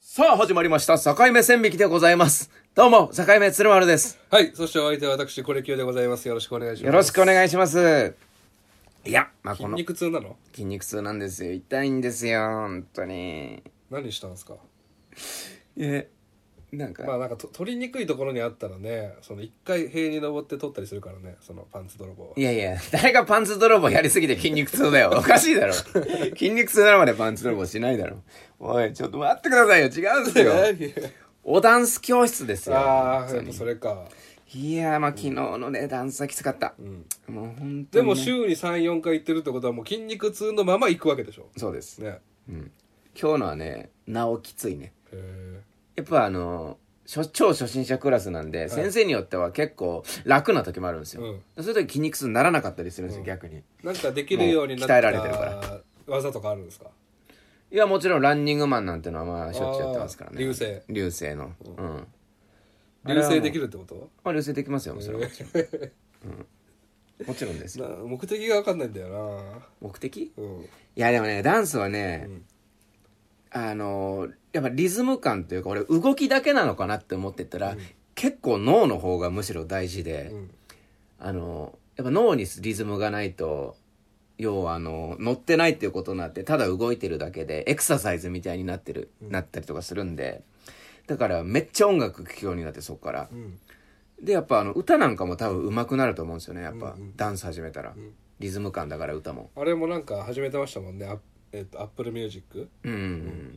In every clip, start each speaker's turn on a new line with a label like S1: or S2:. S1: さあ、始まりました。境目線引きでございます。どうも、境目鶴丸です。
S2: はい。そしてお相手は私、これ級でございます。よろしくお願いします。
S1: よろしくお願いします。いや、まあ、この
S2: 筋肉痛なの
S1: 筋肉痛なんですよ。痛いんですよ、本当に。
S2: 何したんですか
S1: え、なんか、。
S2: まあなんかと取りにくいところにあったらね、その一回塀に登って取ったりするからね、そのパンツ泥棒はい
S1: やいや、誰がパンツ泥棒やりすぎて筋肉痛だよ。おかしいだろ。 筋肉痛なのまでパンツ泥棒しないだろ。おい、ちょっと待ってくださいよ。違うんですよ。おダンス教室ですよ。
S2: ああ、やっぱそれか。
S1: いやー、まあ、昨日のね、ダンスはきつかった。もう本当に、ね。
S2: でも週に3、4回行ってるってことはもう筋肉痛のまま行くわけでしょ。
S1: そうです。
S2: ね。
S1: 今日のはね、なおきついね。
S2: へ
S1: やっぱあの初超初心者クラスなんで、先生によっては結構楽な時もあるんですよ、そういう時筋肉痛にならなかったりするんですよ、逆に
S2: え。なんかできるようにな
S1: もう鍛
S2: った
S1: えられてるか
S2: 技とかあるんですか
S1: いやもちろんランニングマンなんてのはまあしょっちゅうやってますからね
S2: あー流星
S1: 流星のうん、
S2: 流星できるってこと
S1: まあ、流星できますよもちろん、うん、もちろん ですよ
S2: な目的が分かんないんだよな
S1: 目的
S2: うん。
S1: いやでもねダンスはね、あのーやっぱリズム感というか俺動きだけなのかなって思ってたら、結構脳の方がむしろ大事で、あのーやっぱ脳にリズムがないと要はあのー乗ってないっていうことになってただ動いてるだけでエクササイズみたいになってる、なったりとかするんでだからめっちゃ音楽聴くようになってそっから、
S2: ん
S1: でやっぱあの歌なんかも多分上手くなると思うんですよねやっぱ、ダンス始めたら、リズム感だから歌も。
S2: あれもなんか始めてましたもんね。アップえっと、アップルミュージック
S1: うん、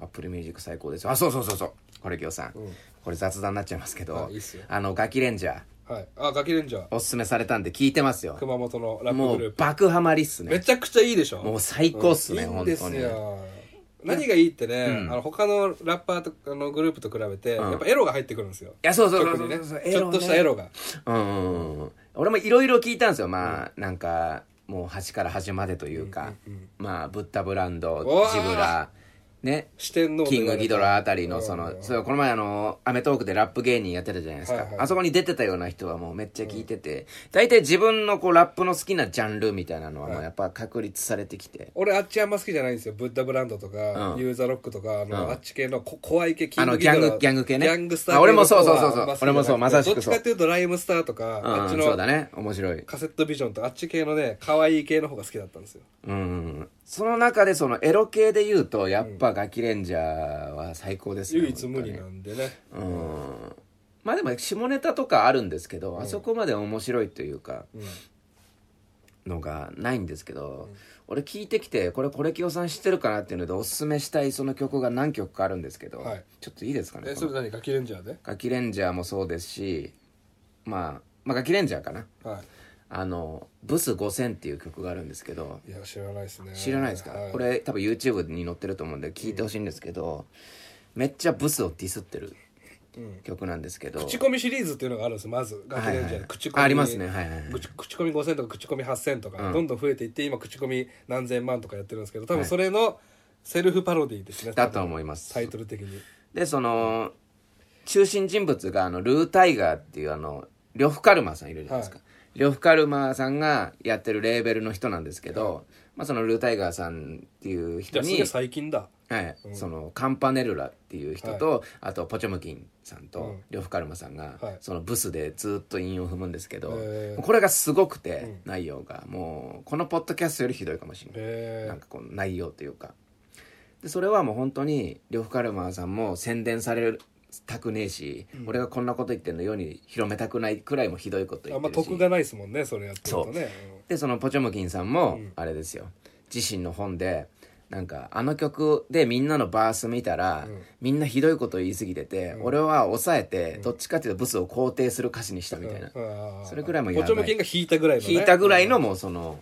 S1: アップルミュージック最高ですよあそうそうそうそうこれきょうさん、これ雑談になっちゃいますけど
S2: あいいっすよ
S1: あのガキレンジャー
S2: はい。あ、ガキレンジャー。
S1: おすすめされたんで聞いてますよ
S2: 熊本のラッ
S1: も
S2: プグル
S1: う
S2: ープ。
S1: 爆ハマりっす
S2: め
S1: ね
S2: ちゃくちゃいいでしょ
S1: もう最高っすね、
S2: いいん
S1: 本
S2: です
S1: 当に
S2: よ。何がいいってね、あの他のラッパーとあのグループと比べて、やっぱエロが入ってくるんです
S1: い
S2: よ。
S1: やそうそうそう
S2: 特
S1: そう
S2: にね。
S1: そうそう
S2: ちょっとしたエロが。
S1: うんうんうんうん俺もいろいろ聞いたんですよまあ、なんかもう端から端までというか、まあブッダブランド
S2: おー
S1: ジブラね
S2: 四天王と
S1: キ
S2: 言
S1: ング
S2: われて
S1: ギドラあたりのそ
S2: うん
S1: のそうこの前あの『アメトーーク』でラップ芸人やってたじゃないですか、
S2: はいはい
S1: あそこに出てたような人はもうめっちゃ聞いてて大体、自分のこうラップの好きなジャンルみたいなのはもうやっぱ確立されてきて、
S2: 俺あっちあんま好きじゃないんですよ。ブッダブランドとか、
S1: うん
S2: ユーザーロックとか、あの、あっち系のこ怖い系キン
S1: あの
S2: グギドラ。
S1: ギャングギャング系ね
S2: ギャングスター
S1: あ
S2: 系の
S1: 俺もそうそう
S2: 方は
S1: そうそう
S2: あん好き
S1: 俺もそう
S2: じゃなくて
S1: まさしくそう
S2: どっちかっていうとライムスターとか、
S1: うん
S2: あっ
S1: う
S2: ち
S1: ん、そうだ
S2: の
S1: ね面白い
S2: カセットビジョンとかあっち系のね、可愛い系の方が好きだったんですよ。
S1: うんその中でそのエロ系で言うとやっぱガキレンジャーは最高ですね
S2: 唯一
S1: 本
S2: 無
S1: 当
S2: 二
S1: に
S2: なんでね。
S1: うんまあでも下ネタとかあるんですけど、あそこまで面白いというか、のがないんですけど、俺聞いてきてこれこれきよさん知ってるかなっていうのでおすすめしたいその曲が何曲かあるんですけど、
S2: はい
S1: ちょっといいですかね
S2: え、それ何ガキレンジャーで
S1: ガキレンジャーもそうですしまあまあガキレンジャーかな
S2: は
S1: あの「ブス5000」っていう曲があるんですけど
S2: い。いや、知らないですね。
S1: 知らないですか、
S2: はい
S1: これ多分 YouTube に載ってると思うんで聞いてほしいんですけど、めっちゃブスをディスってる曲なんですけど、
S2: 口コミシリーズっていうのがあるんですよまずガキレンジャー、
S1: はいはい
S2: 口コミ
S1: ありますねはいはいはい
S2: 口口コミ5000とか口コミ8000とか、どんどん増えていって今口コミ何千万とかやってるんですけど多分それのセルフパロディですね、
S1: だと思います
S2: タイトル的に
S1: でその中心人物があのルータイガーっていうあの呂布カルマさんいるじゃないですか、
S2: は
S1: 呂布カルマさんがやってるレーベルの人なんですけど、まあ、そのルータイガーさんっていう
S2: じ
S1: 人
S2: ゃあす
S1: に
S2: げえ最近だ
S1: はい、そのカンパネルラっていう人と、あとポチョムキンさんと
S2: ん
S1: 呂布カルマさんが、
S2: はい
S1: そのブスでずっと韻を踏むんですけど、
S2: へー
S1: これがすごくて、内容がもうこのポッドキャストよりひどいかもしれない、
S2: へ
S1: なんかこの内容というかでそれはもう本当に呂布カルマさんも宣伝されたくねえし、俺がこんなこと言ってるの世に広めたくないくらいもひどいこと
S2: え
S1: 言
S2: あ
S1: っ
S2: んま
S1: てるし
S2: 得がないですもんねそれやってるとね
S1: でそのポチョムキンさんもあれですよ、自身の本でなんかあの曲でみんなのバース見たら、みんなひどいこと言い過ぎてて、俺は抑えてどっちかっていうとブスを肯定する歌詞にしたみたいな、それぐらいもや
S2: ポ
S1: ばい
S2: チョムキンが弾いたぐらいの、ね、
S1: 聞いたぐらいのもうその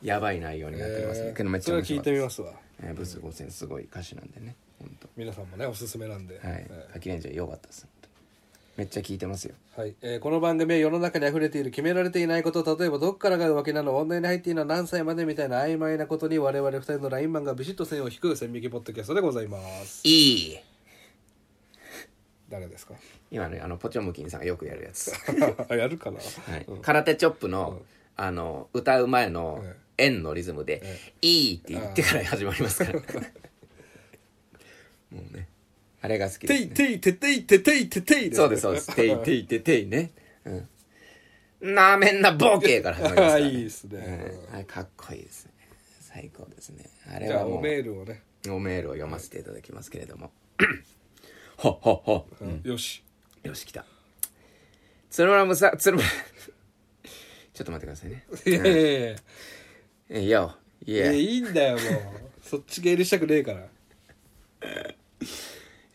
S1: やばい内容になってますね、
S2: へえ
S1: けどめっち
S2: そ
S1: ゃ面
S2: れは聞
S1: 白かったで
S2: いてみ
S1: す
S2: ますわ
S1: えーブス5000すごい歌詞なんでね本当
S2: 皆さんもねおすすめなんでは
S1: はい、ガキレンジャー良かったです。めっちゃ聞いてますよ。
S2: はい、えーこの番組は世の中に溢れている決められていないこと例えばどっからが浮気なの女に入っていいのは何歳までみたいな曖昧なことに我々二人のラインマンがビシッと線を引く線引きポッドキャストでございます
S1: いい
S2: 誰ですか
S1: 今ね、あの、ポチョムキンさんがよくやるやつ。
S2: やるかな
S1: はい。空手チョップの、あの、歌う前の、円のリズムで、 いいって言ってから始まりますから。もうね、あれが好きで
S2: て
S1: す
S2: いていてていてていててい
S1: そうですそう ですていていてていねうんなめんなボケから始まり ますから、ね、
S2: いいですね
S1: うんあれかっこいいですね最高ですねあれ
S2: じゃ
S1: は
S2: あ
S1: も
S2: お
S1: う
S2: メールをね、
S1: おメールを読ませていただきますけれども ほっほっほ
S2: よし
S1: よし来た鶴丸むさ鶴丸 ちょっと待ってくださいね
S2: いやいやいや
S1: えいやい
S2: いや
S1: や
S2: いいんだよもうそっちが許したくねえから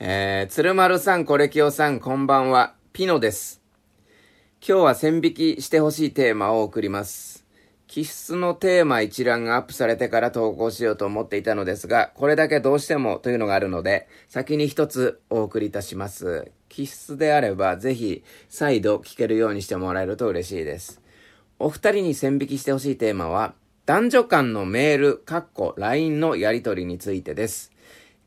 S1: えー、鶴丸さん、コレキオさん、こんばんは。ピノです。今日は線引きしてほしいテーマを送ります。気質のテーマ一覧がアップされてから投稿しようと思っていたのですが、これだけどうしてもというのがあるので、先に一つお送りいたします。気質であれば、ぜひ、再度聞けるようにしてもらえると嬉しいです。お二人に線引きしてほしいテーマは、男女間のメール、かっこ LINE のやり取りについてです。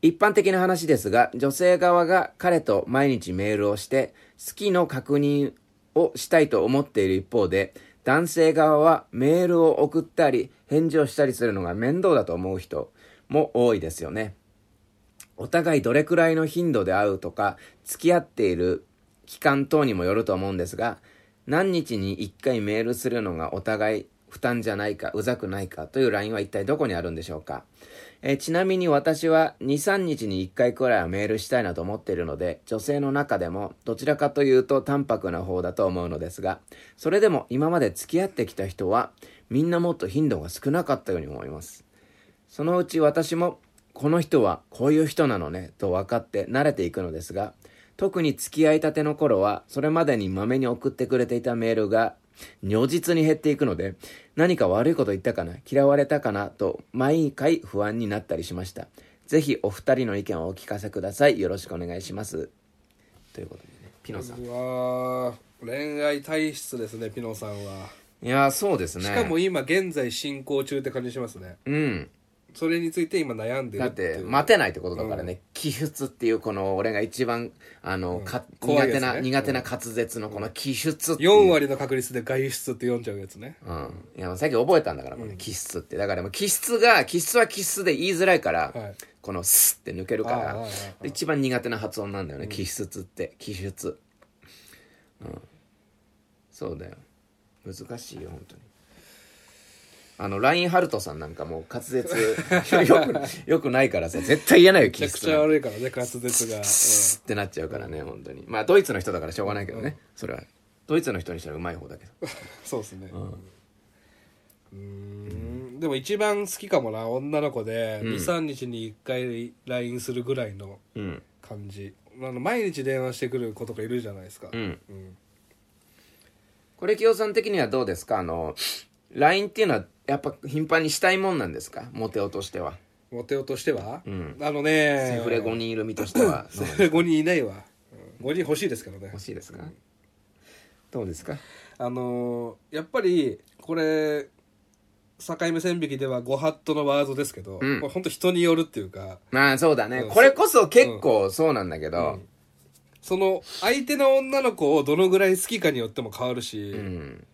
S1: 一般的な話ですが、女性側が彼と毎日メールをして、好きの確認をしたいと思っている一方で、男性側はメールを送ったり、返事をしたりするのが面倒だと思う人も多いですよね。お互いどれくらいの頻度で会うとか、付き合っている期間等にもよると思うんですが、何日に1回メールするのがお互い負担じゃないか、うざくないかというラインは一体どこにあるんでしょうか。えーちなみに私は2、3日に1回くらいはメールしたいなと思っているので、女性の中でもどちらかというと淡白な方だと思うのですが、それでも今まで付き合ってきた人は、みんなもっと頻度が少なかったように思います。そのうち私もこの人はこういう人なのねと分かって慣れていくのですが特に付き合いたての頃はそれまでにまめに送ってくれていたメールが如実に減っていくので何か悪いこと言ったかな嫌われたかなと毎回不安になったりしましたぜひお二人の意見をお聞かせくださいよろしくお願いしますということでねピノさん
S2: うわー恋愛体質ですねピノさんはい
S1: やーそうですね
S2: しかも今現在進行中って感じしますね
S1: うん
S2: それについて今悩んでる
S1: だ
S2: っ
S1: って
S2: い
S1: て
S2: う
S1: 待てないってことだからね、気質っていうこの俺が一番あの、か苦
S2: 怖いや
S1: 手
S2: つね
S1: な、苦手な滑舌のこの気質っていう、
S2: 4割の確率で外出って読んじゃうやつね
S1: うん、いやさっき覚えたんだからもうね、気質ってだからもう気質が気質は気質で言いづらいから、
S2: はい
S1: この「ス」って抜けるか
S2: ああああ
S1: ら
S2: あ
S1: 一番苦手な発音なんだよね、気質って気質、うん、そうだよ難しいよ本当にあのラインハルトさんなんかもう滑舌 よくよくないからさ絶対言えないよ
S2: めち
S1: 気
S2: ゃく
S1: 質
S2: ちゃ悪いからね滑舌 が、
S1: スってなっちゃうからね本当にまあドイツの人だからしょうがないけどね、それはドイツの人にしたらうまい方だけど
S2: そうですねうんんでも一番好きかもな女の子で23日に1回 LINE するぐらいの
S1: うん
S2: 感じあの毎日電話してくる子とかいるじゃないですか、
S1: うん
S2: うん
S1: これ清さん的にはどうですかあの LINE っていうのはやっぱ頻繁にしたいもんなんですかモテ男としては
S2: モテ男としては、
S1: ん
S2: あのね
S1: セフレ5人いる身として は
S2: セフレ5人いないわ5人欲しいですからね
S1: 欲しいですかどうですか
S2: あのーやっぱりこれ境目線引きではご法度のワードですけど、
S1: うん
S2: これ本当人によるっていうか
S1: まあそうだね
S2: うん
S1: これこそ結構そうなんだけど
S2: その相手の女の子をどのぐらい好きかによっても変わるし、
S1: うん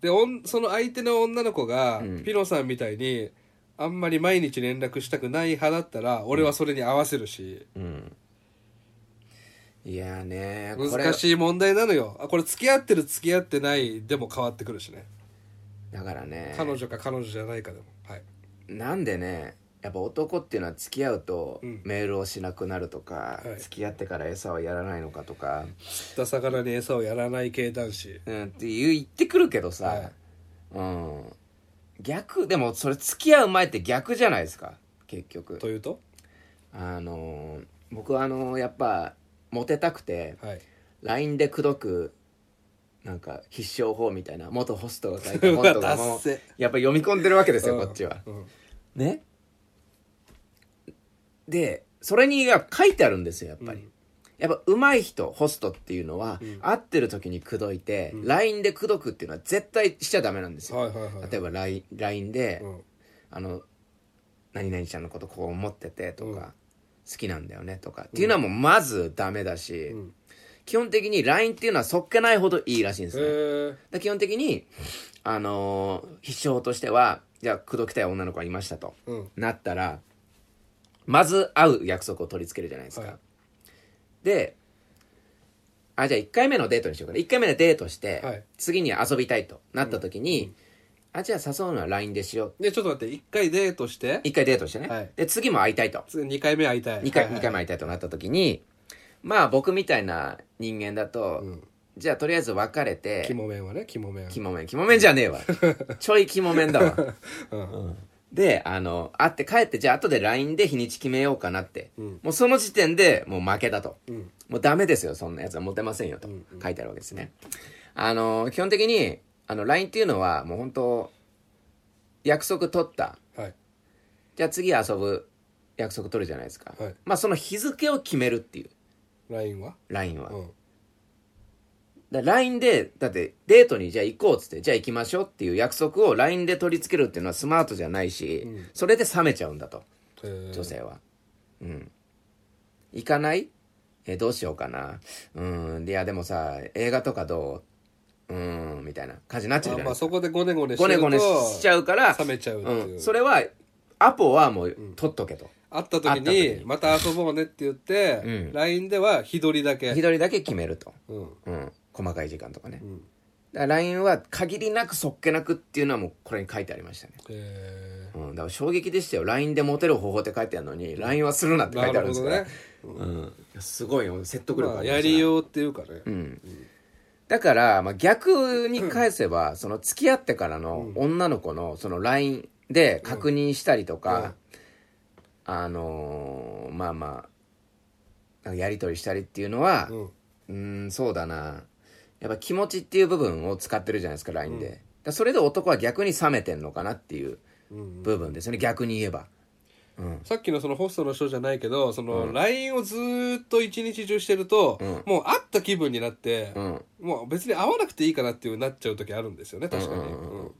S2: でおんその相手の女の子が、
S1: うん
S2: ピノさんみたいにあんまり毎日連絡したくない派だったら俺はそれに合わせるし、
S1: うんいやーねこれ
S2: 難しい問題なのよあこれ付き合ってる付き合ってないでも変わってくるしね
S1: だからね
S2: 彼女か彼女じゃないかでもはい
S1: なんでねやっぱ男っていうのは付き合うと
S2: うん
S1: メールをしなくなるとか、
S2: はい
S1: 付き合ってから餌はやらないのかとか、
S2: 釣った魚に餌をやらない系男子
S1: うん、って言う言ってくるけどさ、
S2: はい
S1: うん逆でもそれ付き合う前って逆じゃないですか結局
S2: というと
S1: あのー僕はあのーやっぱモテたくて
S2: はい
S1: LINE で口説くなんか必勝法みたいな元ホストが書いた本とか
S2: 達
S1: も
S2: 成
S1: やっぱ読み込んでるわけですよ
S2: うん
S1: こっちは。
S2: うん
S1: ねでそれには書いてあるんですよやっぱり、
S2: うん
S1: やっぱ上手い人ホストっていうのは、
S2: うん
S1: 会ってる時に口説いて、
S2: うん
S1: LINE で口説くっていうのは絶対しちゃダメなんですよ、
S2: はいはいはい
S1: 例えば LINE, LINE で、
S2: うん
S1: あの「何々ちゃんのことこう思ってて」とか、
S2: うん
S1: 好きなんだよね」とか、っていうのはもうまずダメだし、
S2: うん
S1: 基本的に LINE っていうのはそっけないほどいいらしいんですね、
S2: へえ
S1: で基本的に、あのー必勝としてはじゃあ口説きたい女の子がいましたと、
S2: うん
S1: なったらまず会う約束を取り付けるじゃないですか、
S2: はい
S1: であじゃあ1回目のデートにしようかな1回目でデートして、
S2: はい
S1: 次に遊びたいとなった時に、あじゃあ誘うのは LINE でしよう
S2: でちょっと待って一回デートして
S1: 1回デートしてね、
S2: はい
S1: で次も会いたいと
S2: 次二回目会いたい
S1: 2回,、
S2: はい
S1: 二回も会いたいとなった時にまあ僕みたいな人間だと、
S2: ん
S1: じゃあとりあえず別れて
S2: キモメンはねキモメン
S1: キモメンキモメンじゃねえ わちょいキモメンだわ
S2: うん
S1: であの会って帰ってじゃあ後で LINE で日にち決めようかなって、
S2: うん
S1: もうその時点でもう負けだと、
S2: うん
S1: もうダメですよそんなやつはモテませんよと
S2: うんうん
S1: 書いてあるわけですね、あの基本的にあの LINE っていうのはもう本当約束取った
S2: はい
S1: じゃあ次遊ぶ約束取るじゃないですか、
S2: はい
S1: まあその日付を決めるっていう
S2: LINE は
S1: LINE は、
S2: うん
S1: だ LINE でだってデートにじゃあ行こうっつってじゃあ行きましょうっていう約束を LINE で取り付けるっていうのはスマートじゃないし、
S2: うん
S1: それで冷めちゃうんだと
S2: えー
S1: 女性はうん、行かないえどうしようかなうんいやでもさ映画とかどううーんみたいな感じになっちゃうじゃない
S2: あまあ
S1: ですか
S2: そこでゴネゴネして
S1: ごね
S2: ると
S1: ごねしちゃうから
S2: 冷めちゃうっていう
S1: うん、それはアポはもう取っとけと、
S2: 会った
S1: 会っ
S2: 時に
S1: た時に
S2: また遊ぼうねって言って、
S1: うん
S2: LINE では日取りだけ
S1: 一人だけ決めると、
S2: うん
S1: うん、細かい時間とかね、
S2: うん
S1: だから LINE は限りなくそっけなくっていうのはもうこれに書いてありましたね
S2: え
S1: うん、だから衝撃でしたよ LINE でモテる方法って書いてあるのに LINE はするなっ
S2: ー
S1: て書いてあるんですから、
S2: な
S1: うん、いやすごいよ説得
S2: ほど
S1: 力あ
S2: まあ
S1: りま
S2: や
S1: したね
S2: りようっていうかね、
S1: うん、だから、まあ、逆に返せば、その付き合ってからの女の子のその LINE で確認したりとか、あのーまあまあなんかやり取りしたりっていうのは
S2: うん
S1: うんそうだなやっぱ気持ちっていう部分を使ってるじゃないですか LINE で、だからそれで男は逆に冷めてんのかなっていう
S2: うん
S1: 部分ですよね、逆に言えば
S2: さっきのそのホストの人じゃないけどその LINE をずーっと一日中してると、
S1: うん
S2: もう会った気分になって、
S1: うん
S2: もう別に会わなくていいかなっていうなっちゃう時あるんですよね確かに、
S1: うんうんうん
S2: うん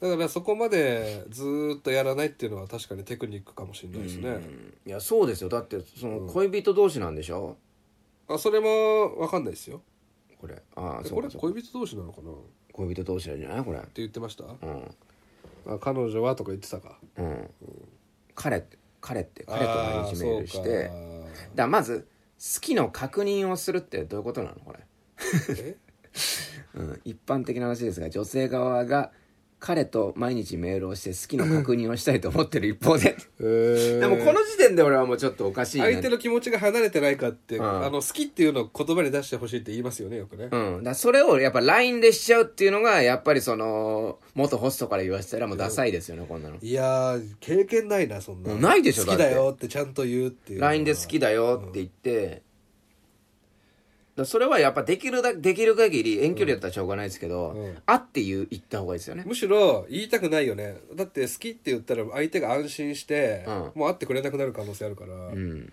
S2: だからそこまでずーっとやらないっていうのは確かにテクニックかもしれないですね、
S1: いやそうですよだってその恋人同士なんでしょ、
S2: あそれも分かんないですよ
S1: これああ
S2: え
S1: そ
S2: こ
S1: う
S2: れ
S1: かそうか
S2: 恋人同士なのかなって
S1: 恋人同士なんじゃないこれ
S2: 言ってました、
S1: うん
S2: あ彼女はとか言ってたか
S1: うん彼って彼って彼と LINE メールしてだ
S2: あ
S1: か
S2: ー
S1: らまず好きの確認をするってどういうことなのこれ、
S2: そうかえ
S1: うん、一般的な話ですが女性側が彼と毎日メールをして好きの確認をしたいと思ってる一方で
S2: え ー
S1: でもこの時点で俺はもうちょっとおかしいな
S2: 相手の気持ちが離れてないかって、
S1: うん
S2: あの好きっていうのを言葉に出してほしいって言いますよねよくね、
S1: うん、だからそれをやっぱ LINE でしちゃうっていうのがやっぱりその元ホストから言わせたらもうダサいですよねこんなの
S2: いやー経験ないなそんな
S1: うんないでしょ
S2: 好きだよってちゃんと言うっていう
S1: LINE で好きだよって言って、だからそれはやっぱできるだできる限り遠距離だったらしょうがないですけど、
S2: うんうん
S1: あって言う言った方がいいですよね
S2: むしろ言いたくないよねだって好きって言ったら相手が安心して、
S1: うん
S2: もう会ってくれなくなる可能性あるから、
S1: うん、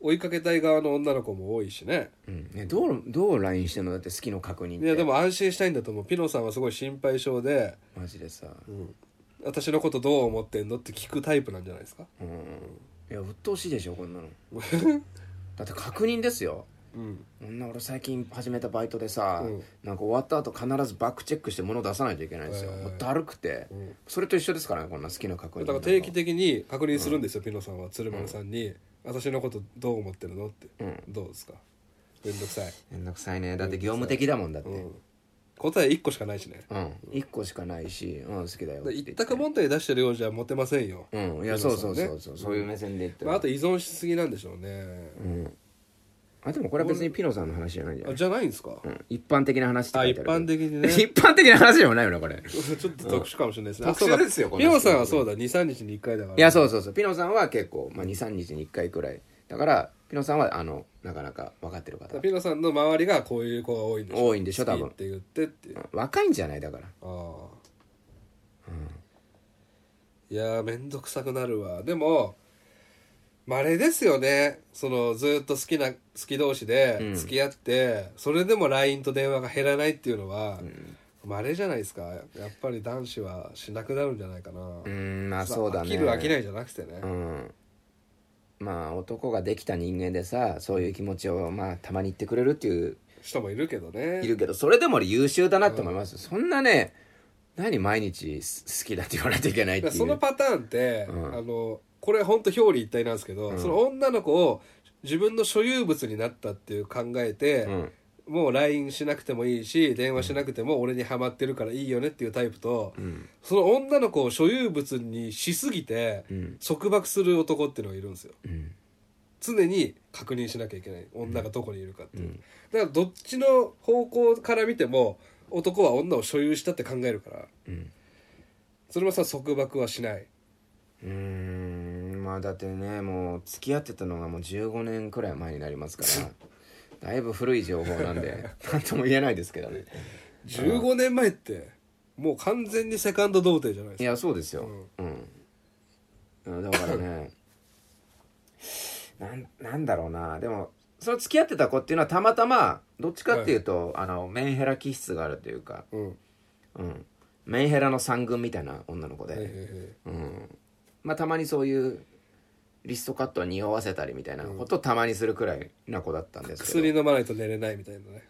S2: 追いかけたい側の女の子も多いしね
S1: うんね、どうどう LINE してんのだって好きの確認っ
S2: い
S1: て
S2: やでも安心したいんだと思うピノさんはすごい心配性で
S1: マジでさ、
S2: 私のことどう思ってんのって聞くタイプなんじゃないですか
S1: うん、いや鬱陶しいでしょこん なのだって確認ですよ
S2: うん
S1: 女俺最近始めたバイトでさ、
S2: うん
S1: なんか終わった後必ずバックチェックして物出さないといけないんですよ、
S2: へー
S1: もうだるくて、
S2: ん
S1: それと一緒ですからねこんな好きな確
S2: だ
S1: 認
S2: から定期的に確認するんですよ、ピノさんは鶴丸さんに、私のことどう思ってるの?」って、
S1: うん
S2: どうですかめんどくさい、
S1: めんどくさいねだって業務的だもんだって、
S2: うん、答え1個しかないしね
S1: うん、1個しかないし、うん、好きだよって言って
S2: 一択問題出してるようじゃモテませんよ、
S1: うんいやそうそうそ
S2: 皆さん
S1: う
S2: ね
S1: そうそういう目線で言った
S2: まあ、
S1: ら
S2: あと依存しすぎなんでしょうね、
S1: あでもこれは別にピノさんの話じゃないんじゃな
S2: あ
S1: い
S2: じゃないんですか、
S1: うん一般的な話って書いてある
S2: あ一般的にね
S1: 一般的な話でもないよねこれい
S2: ちょっと特殊かもしれないですね、
S1: うん
S2: あそうだ
S1: 特殊ですよこの
S2: ピ
S1: 人
S2: ノさんはそうだ23日に1回だから
S1: やそうそうそうピノさんは結構、まあ、23日に1回くらいだからピノさんはあのなかなか分かってる方
S2: ピノさんの周りがこういう子が多いんでしょ
S1: 多いんでしょ多分
S2: 好きって言ってっていう
S1: 若いんじゃないだから
S2: ああ、いやーめんどくさくなるわでもまれですよねそのずーっと好きな好き同士
S1: う
S2: で
S1: ん
S2: 付き合って、それでも LINE と電話が減らないっていうのは、まれじゃないですかやっぱり男子はしなくなるんじゃないかな、
S1: うーんまあそうだね
S2: 飽きる飽きないじゃなくてね、
S1: うんまあ男ができた人間でさそういう気持ちをまあたまに言ってくれるっていう
S2: 人もいるけどね
S1: いるけどそれでも俺優秀だなって思います、そんなね何毎日す好きだって言わないといけないっ
S2: だ
S1: て
S2: から
S1: いう
S2: そのパターンって、
S1: うん
S2: あのこれ本当表裏一体なんですけど、その女の子を自分の所有物になったっていう考えて、
S1: うん
S2: もう LINE しなくてもいいし電話しなくても俺にはまってるからいいよねっていうタイプと、その女の子を所有物にしすぎて、
S1: うん
S2: 束縛する男っていうのがいるんですよ
S1: うん
S2: 常に確認しなきゃいけない女がどこにいるかっていう、だからどっちの方向から見ても男は女を所有したって考えるから
S1: うん
S2: それはさ束縛はしないう
S1: ーんまあだってねもう付き合ってたのがもう15年くらい前になりますからだいぶ古い情報なん でなんとも言えないですけどね
S2: 15年前ってもう完全にセカンド童貞じゃない
S1: い
S2: ですか
S1: やそうですようん、うん、だからねなんなんだろうなでもその付き合ってた子っていうのはたまたまどっちかっていうと、あのメンヘラ気質があるというか、
S2: うん、
S1: うん、メンヘラの三軍みたいな女の子で、
S2: はいはいはい
S1: うん、まあたまにそういうリストカットを匂わせたりみたいなことをたまにするくらいな子だったんですけど、
S2: 薬飲まないと寝れないみたいなね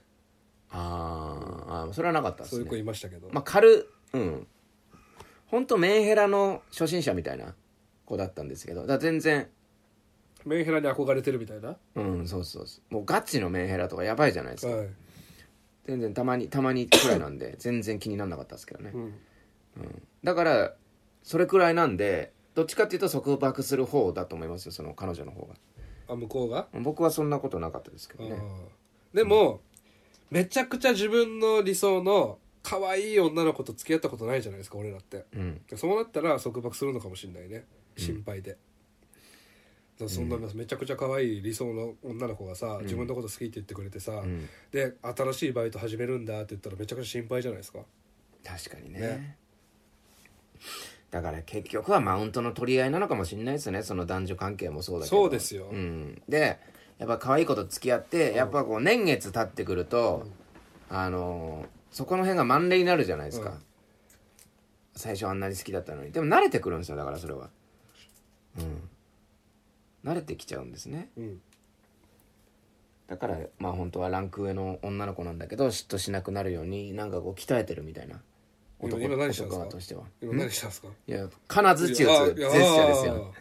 S1: あーあーそれはなかったで
S2: そう
S1: す
S2: いう
S1: ね
S2: 子いましたけど、
S1: まあ軽うんほんとメンヘラの初心者みたいな子だったんですけどだから全然
S2: メンヘラに憧れてるみたいな、
S1: うんそうそうそうもうガチのメンヘラとかやばいじゃないですか
S2: はい
S1: 全然たまにたまにくらいなん で全然気になんなかったですけどね、
S2: うん、
S1: だからそれくらいなんでどっちかっていうと束縛する方だと思いますよその彼女の方
S2: あ向こうが、
S1: が僕はそんなことなかったですけど
S2: あ
S1: ね
S2: ーでも、めちゃくちゃ自分の理想の可愛い女の子と付き合ったことないじゃないですか俺らって
S1: うん
S2: そうなったら束縛するのかもしれないね心配で、だからそんなめちゃくちゃ可愛い理想の女の子がさ、自分のこと好きって言ってくれてさ、
S1: ん
S2: で新しいバイト始めるんだって言ったらめちゃくちゃ心配じゃないですか
S1: 確かにね
S2: ね
S1: だから結局はマウントの取り合いなのかもしれないですねその男女関係もそうだけど
S2: そうですよ
S1: ん、でやっぱ可愛い子と付き合ってやっぱこう年月経ってくると、あのーそこの辺が満礼になるじゃないですか、
S2: うん
S1: 最初あんなに好きだったのにでも慣れてくるんですよだからそれはうん慣れてきちゃうんですね
S2: うん
S1: だからまあ本当はランク上の女の子なんだけど嫉妬しなくなるようになんかこう鍛えてるみたいな男
S2: 今何してんすか
S1: 男側としては
S2: 今何したんですか
S1: いや金づち打つジェスチャーですよ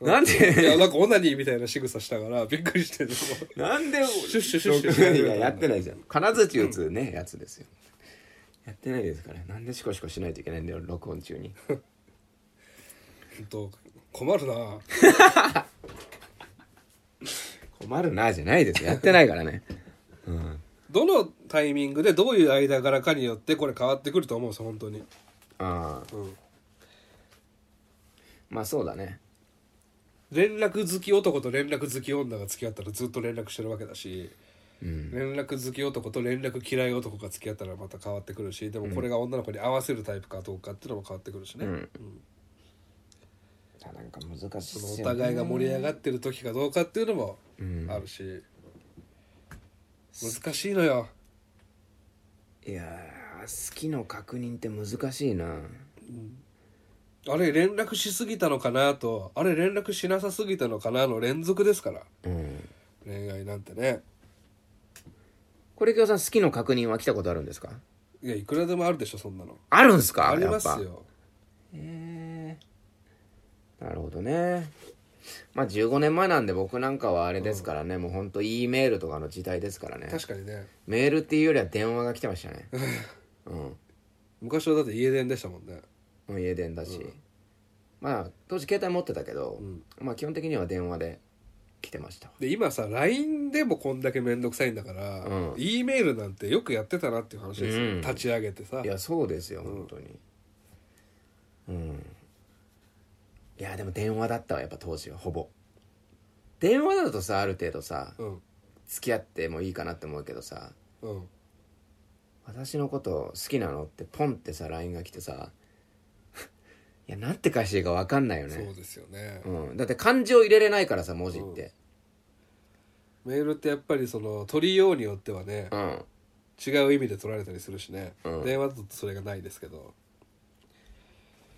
S1: なん
S2: い
S1: で
S2: やなんかオナニーみたいな仕草したからびっくりしてる
S1: なんで
S2: シュッシュシュッシュ
S1: い
S2: ッ
S1: ややってないじゃん金づち打つねやつですよやってないですからなんでシコシコしないといけないんだよ録音中に
S2: ほんと困るな
S1: 困るなじゃないですよやってないからねうん
S2: どのタイミングでどういう間柄かによってこれ変わってくると思うんですよ本当に
S1: ああ
S2: うん
S1: まあそうだね
S2: 連絡好き男と連絡好き女が付き合ったらずっと連絡してるわけだし、
S1: うん
S2: 連絡好き男と連絡嫌い男が付き合ったらまた変わってくるしでもこれが女の子に合わせるタイプかどうかっていうのも変わってくるしね、
S1: うんなんか難しいっす
S2: そのお
S1: よね
S2: 互いが盛り上がってる時かどうかっていうのも
S1: うん
S2: あるし、難しいのよ
S1: いやー好きの確認って難しいな
S2: あれ連絡しすぎたのかなとあれ連絡しなさすぎたのかなの連続ですから
S1: うん
S2: 恋愛なんてね
S1: これ今日さん好きの確認は来たことあるんですか
S2: いやいくらでもあるでしょそんなの
S1: あるんすか
S2: あります
S1: やっぱ
S2: よ
S1: へえなるほどねまあ15年前なんで僕なんかはあれですからね、もうほんと E メールとかの時代ですからね
S2: 確かにね
S1: メールっていうよりは電話が来てましたねうん
S2: 昔はだって家電でしたもんね
S1: もう家電だし、まあ当時携帯持ってたけど、まあ基本的には電話で来てましたわ
S2: で今さ LINE でもこんだけ面倒くさいんだから、
S1: うん
S2: E メールなんてよくやってたなっていう話ですよ、
S1: うん
S2: 立ち上げてさ
S1: いやそうですよ本当にうん、いやでも電話だったわやっぱ当時はほぼ電話だとさある程度さ
S2: うん
S1: 付き合ってもいいかなって思うけどさ
S2: うん
S1: 私のこと好きなのってポンってさ LINE が来てさいやなんて返していいか分かんないよ
S2: そう
S1: ね
S2: ですよね、
S1: うん、だって漢字を入れれないからさ文字って
S2: メールってやっぱりその取りようによってはね、
S1: うん、
S2: 違う意味で取られたりするしね、
S1: うん
S2: 電話だとそれがないですけど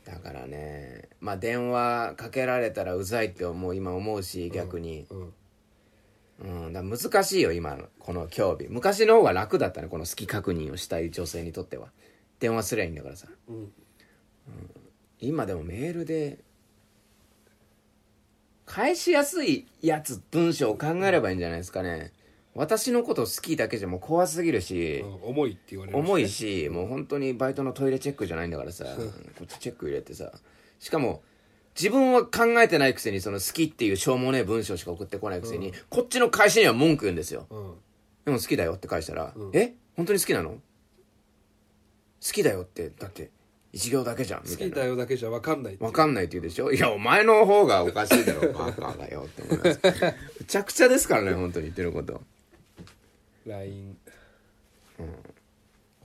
S1: だからねまあ電話かけられたらうざいって思う今思うし逆に
S2: うん
S1: うん、だから難しいよ今のこの競技昔の方が楽だったねこの好き確認をしたい女性にとっては電話すりゃいいんだからさ
S2: うん
S1: 今でもメールで返しやすいやつ文章を考えればいいんじゃないですかね私のこと好きだけじゃもう怖すぎるし、
S2: うん重いって言われる
S1: 重いしもう本当にバイトのトイレチェックじゃないんだからさこっちチェック入れてさしかも自分は考えてないくせにその好きっていうしょうもねえ文章しか送ってこないくせに、こっちの返しには文句言うんですよ
S2: うん
S1: でも好きだよって返したら、え本当に好きなの好きだよってだって一行だけじゃんみ
S2: 好
S1: たい
S2: き
S1: な
S2: だよだけじゃ分かんないって
S1: わかんないって言うでしょいやお前の方がおかしいだ ろバカだよって思いますむちゃくちゃですからね本当に言ってることこ
S2: LINE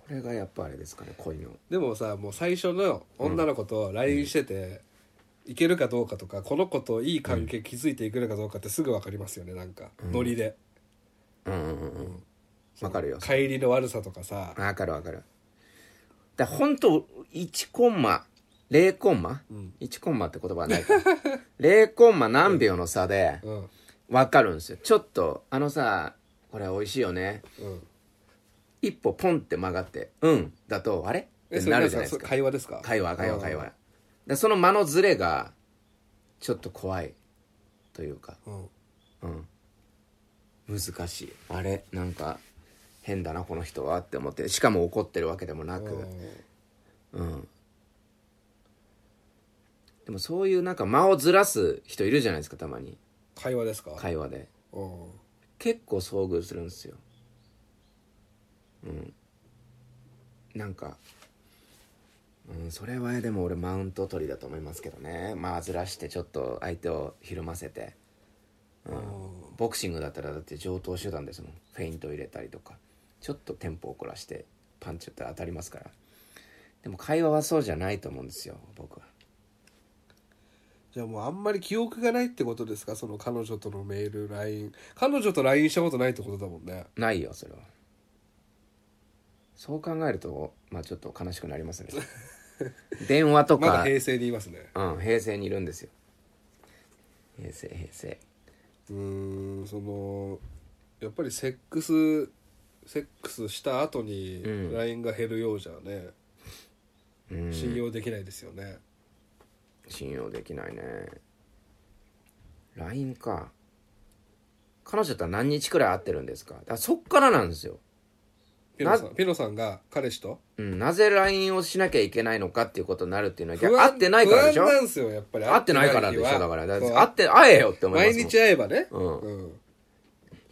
S1: れがやっぱあれですかね恋の
S2: でもさもう最初の女の子と LINE してて、いけるかどうかとかこの子といい関係築いていけるかどうかってすぐ分かりますよねなんか、ノリで
S1: うんうんうんうんわかるよ
S2: 帰りの悪さとかさ、
S1: わかるわかるだから本当1コンマ0コンマ、1コンマって言葉はないから 0コンマ何秒の差で
S2: うん
S1: わかるんですよちょっとあのさこれ美味しいよね
S2: うん、
S1: 一歩ポンって曲がって「うん」だと「あれ?」ってなるじゃないです
S2: それ
S1: か
S2: 会話ですか
S1: 会話会話会
S2: うん
S1: 話でその間のズレがちょっと怖いというか
S2: うん
S1: うん難しいあれなんか変だなこの人はって思ってしかも怒ってるわけでもなくうんでもそういうなんか間をずらす人いるじゃないですかたまに
S2: 会話ですか、
S1: 会話で
S2: うん
S1: 結構遭遇するんですようんなんかうんそれはでも俺マウント取りだと思いますけどねまあずらしてちょっと相手をひるませて
S2: うん
S1: ボクシングだったらだって上等手段ですもんフェイント入れたりとかちょっとテンポ遅らしてパンチ打ったら当たりますからでも会話はそうじゃないと思うんですよ僕は
S2: じゃあもうあんまり記憶がないってことですかその彼女とのメール LINE 彼女と LINE したことないってことだもんね
S1: ないよそれはそう考えるとまあちょっと悲しくなります ね電話と
S2: ま
S1: か
S2: だ平成に言いますね
S1: うん、平成にいるんですよ平成平成
S2: うーんそのやっぱりセックスセックスした後に
S1: うん
S2: LINE が減るようじゃね、
S1: うん
S2: 信用できないですよね
S1: 信用できないね LINE か彼女とは何日くらい会ってるんですかあそっからなんですよ、
S2: ピノさんピノさんが彼氏と
S1: うん、なぜ LINE をしなきゃいけないのかっていうことになるっていうのは
S2: 不
S1: 逆会ってないからでしょ
S2: 不安なんですよやっぱり
S1: 会ってないからでし
S2: 会
S1: ょ
S2: って
S1: だ
S2: な
S1: か
S2: い
S1: ら
S2: 日
S1: だ
S2: は
S1: って
S2: そう
S1: 会って会えよって思いま
S2: 毎
S1: すもん
S2: 日会えばね、
S1: うん
S2: うん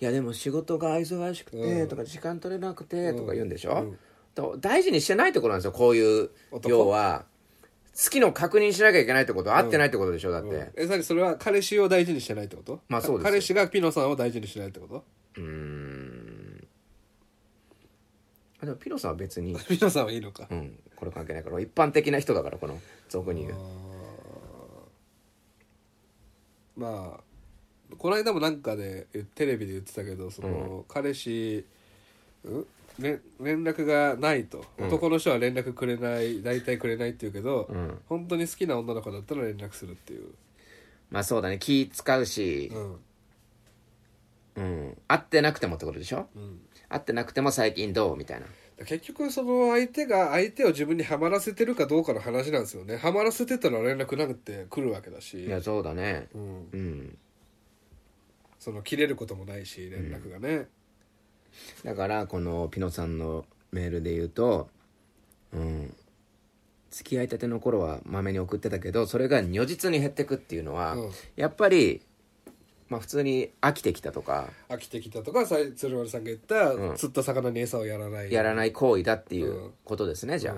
S1: いやでも仕事が忙しく
S2: う
S1: て
S2: ん
S1: とか時間取れなくてとか言うんでしょ、
S2: うん
S1: と大事にしてないところなんですよこういう
S2: 男
S1: 要は好きの確認しなきゃいけないってことは合ってないってことでしょだって、
S2: えさっきそれは彼氏を大事にしてないってこと
S1: まあそうですよ
S2: 彼氏がピノさんを大事にしてないってこと
S1: うーんあでもピロさんは別に
S2: ピノさんはいいのか、
S1: うんこれ関係ないから一般的な人だからこの俗に言う
S2: まあこの間もなんかでテレビで言ってたけどその、彼氏ん、ね、連絡がないと、男の人は連絡くれない大体くれないって言うけど、
S1: ん
S2: 本当に好きな女の子だったら連絡するっていう、
S1: まあそうだね気使うし
S2: う、ん
S1: うん、合ってなくてもってことでしょ
S2: うん、
S1: 合ってなくても最近どうみたいな
S2: 結局その相手が相手を自分にはまらせてるかどうかの話なんですよねはまらせてたら連絡なくて来るわけだ
S1: い
S2: し、
S1: やそうだね
S2: うん、
S1: うん
S2: その切れることもないし連絡がね、
S1: だからこのピノさんのメールで言うとうん付き合いたての頃はまめに送ってたけどそれが如実に減ってくっていうのは、
S2: うん
S1: やっぱりまあ普通に飽きてきたとか
S2: 飽きてきたとかさ鶴丸さんが言った、釣った魚に餌をやらない
S1: やらない行為だっていうことですね、じゃあ、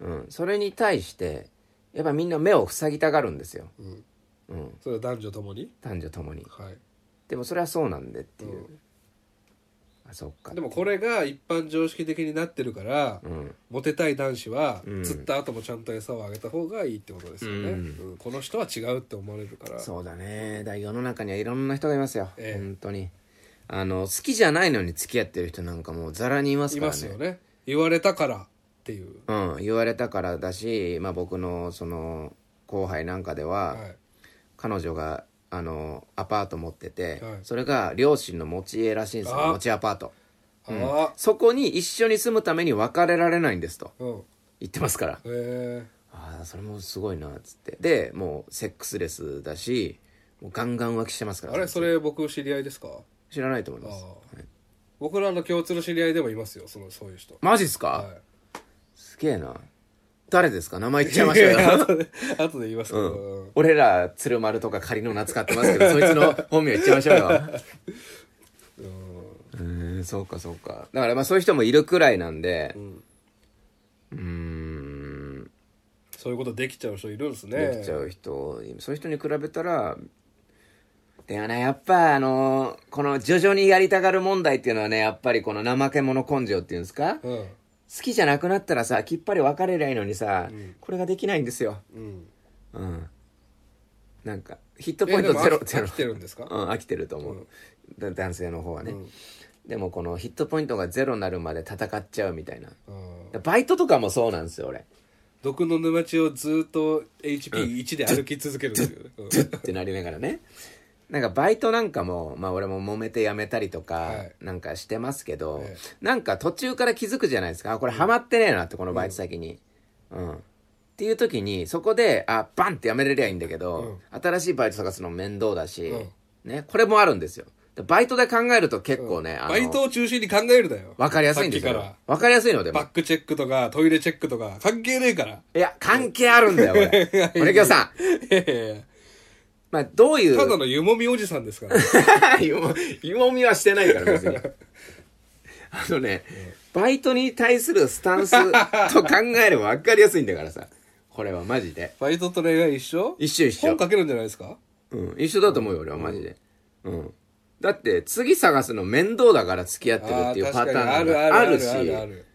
S1: うんそれに対してやっぱみんな目を塞ぎたがるんですよ、
S2: うん
S1: うん、
S2: それは男女ともに
S1: 男女ともに
S2: はい
S1: でもそれはそうなんでっていう、あそっか
S2: でもこれが一般常識的になってるから、
S1: うん
S2: モテたい男子は、
S1: うん
S2: 釣った後もちゃんと餌をあげた方がいいってことですよね、
S1: うん
S2: うんこの人は違うって思われるから
S1: そうだねだから世の中にはいろんな人がいますよ、
S2: ええ
S1: 本当にあの好きじゃないのに付き合ってる人なんかもうざらにいます
S2: い
S1: か
S2: ま
S1: ら
S2: すよ
S1: ね
S2: ね言われたからっていう、
S1: うん言われたからだし、まあ、僕のその後輩なんかでは、
S2: はい
S1: 彼女があのアパート持ってて、
S2: はい
S1: それが両親の持ち家らしいんですよ
S2: あ
S1: 持ちアパート
S2: あ
S1: そこに一緒に住むために別れられないんですと
S2: あうんへ
S1: 言ってますから
S2: え
S1: ああそれもすごいなっつってでもうセックスレスだしもうガンガン浮気してますから
S2: あれそれ僕知り合いですか
S1: 知らないと思い
S2: ああ
S1: ます
S2: 僕らの共通の知り合いでもいますよそのそういう人
S1: マジっすか、
S2: は
S1: すげえな誰ですか名前言っちゃいましたけど
S2: い後で言いますけど、うん
S1: 俺ら鶴丸とか仮の名使ってますけどそいつの本名言っちゃいましょうよ うーんそうかそうかだからまあそういう人もいるくらいなんでうーん
S2: そういうことできちゃう人いるんですね
S1: できちゃう人、そういう人に比べたらでもねやっぱあのこの徐々にやりたがる問題っていうのはねやっぱりこの怠け者根性っていうんですか、
S2: うん
S1: 好きじゃなくなったらさきっぱり別れりゃいいのにさ、これができないんですよ
S2: うん
S1: うんなんかヒットポイントゼロ
S2: えでも飽き
S1: ゼロ
S2: 飽きてるんですか
S1: うん飽きてると思う、だ男性の方はね、でもこのヒットポイントがゼロになるまで戦っちゃうみたいな
S2: うん
S1: バイトとかもそうなんですよ俺
S2: 毒の沼地をずっと HP1 で歩き続けるんですよね、うん
S1: ズッってなりながらねなんかバイトなんかもまあ俺も揉めて辞めたりとか
S2: はい
S1: なんかしてますけど、
S2: え
S1: なんか途中から気づくじゃないですかあこれハマってねえなってこのバイト先にうん、っていう時にそこであバンって辞めれりゃいいんだけど、新しいバイト探すの面倒だし、ねこれもあるんですよでバイトで考えると結構ね、あの
S2: バイトを中心に考えるだよ
S1: わかりやすいんです
S2: さっき
S1: よ
S2: か
S1: わかりやすいので
S2: らバ
S1: も
S2: ックチェックとかトイレチェックとか関係ねえから
S1: いや関係あるんだよ 俺俺今日さん
S2: いやいやいや
S1: まあどういう
S2: ただの湯もみおじさんですから、ね、
S1: 湯も湯もみはしてないから別に あのね、バイトに対するスタン スと考えれば分かりやすいんだからさこれはマジで
S2: バイトと恋愛一緒
S1: 一緒一緒
S2: 本書けるんじゃないですか
S1: うん一緒だと思うよ俺はマジでうん、だって次探すの面倒だから付き合ってるっていう
S2: あー
S1: パタ
S2: 確
S1: ーン
S2: かにあ
S1: の
S2: るあ
S1: が
S2: る
S1: あ
S2: あ
S1: る
S2: る
S1: し
S2: あるあ
S1: あ
S2: る、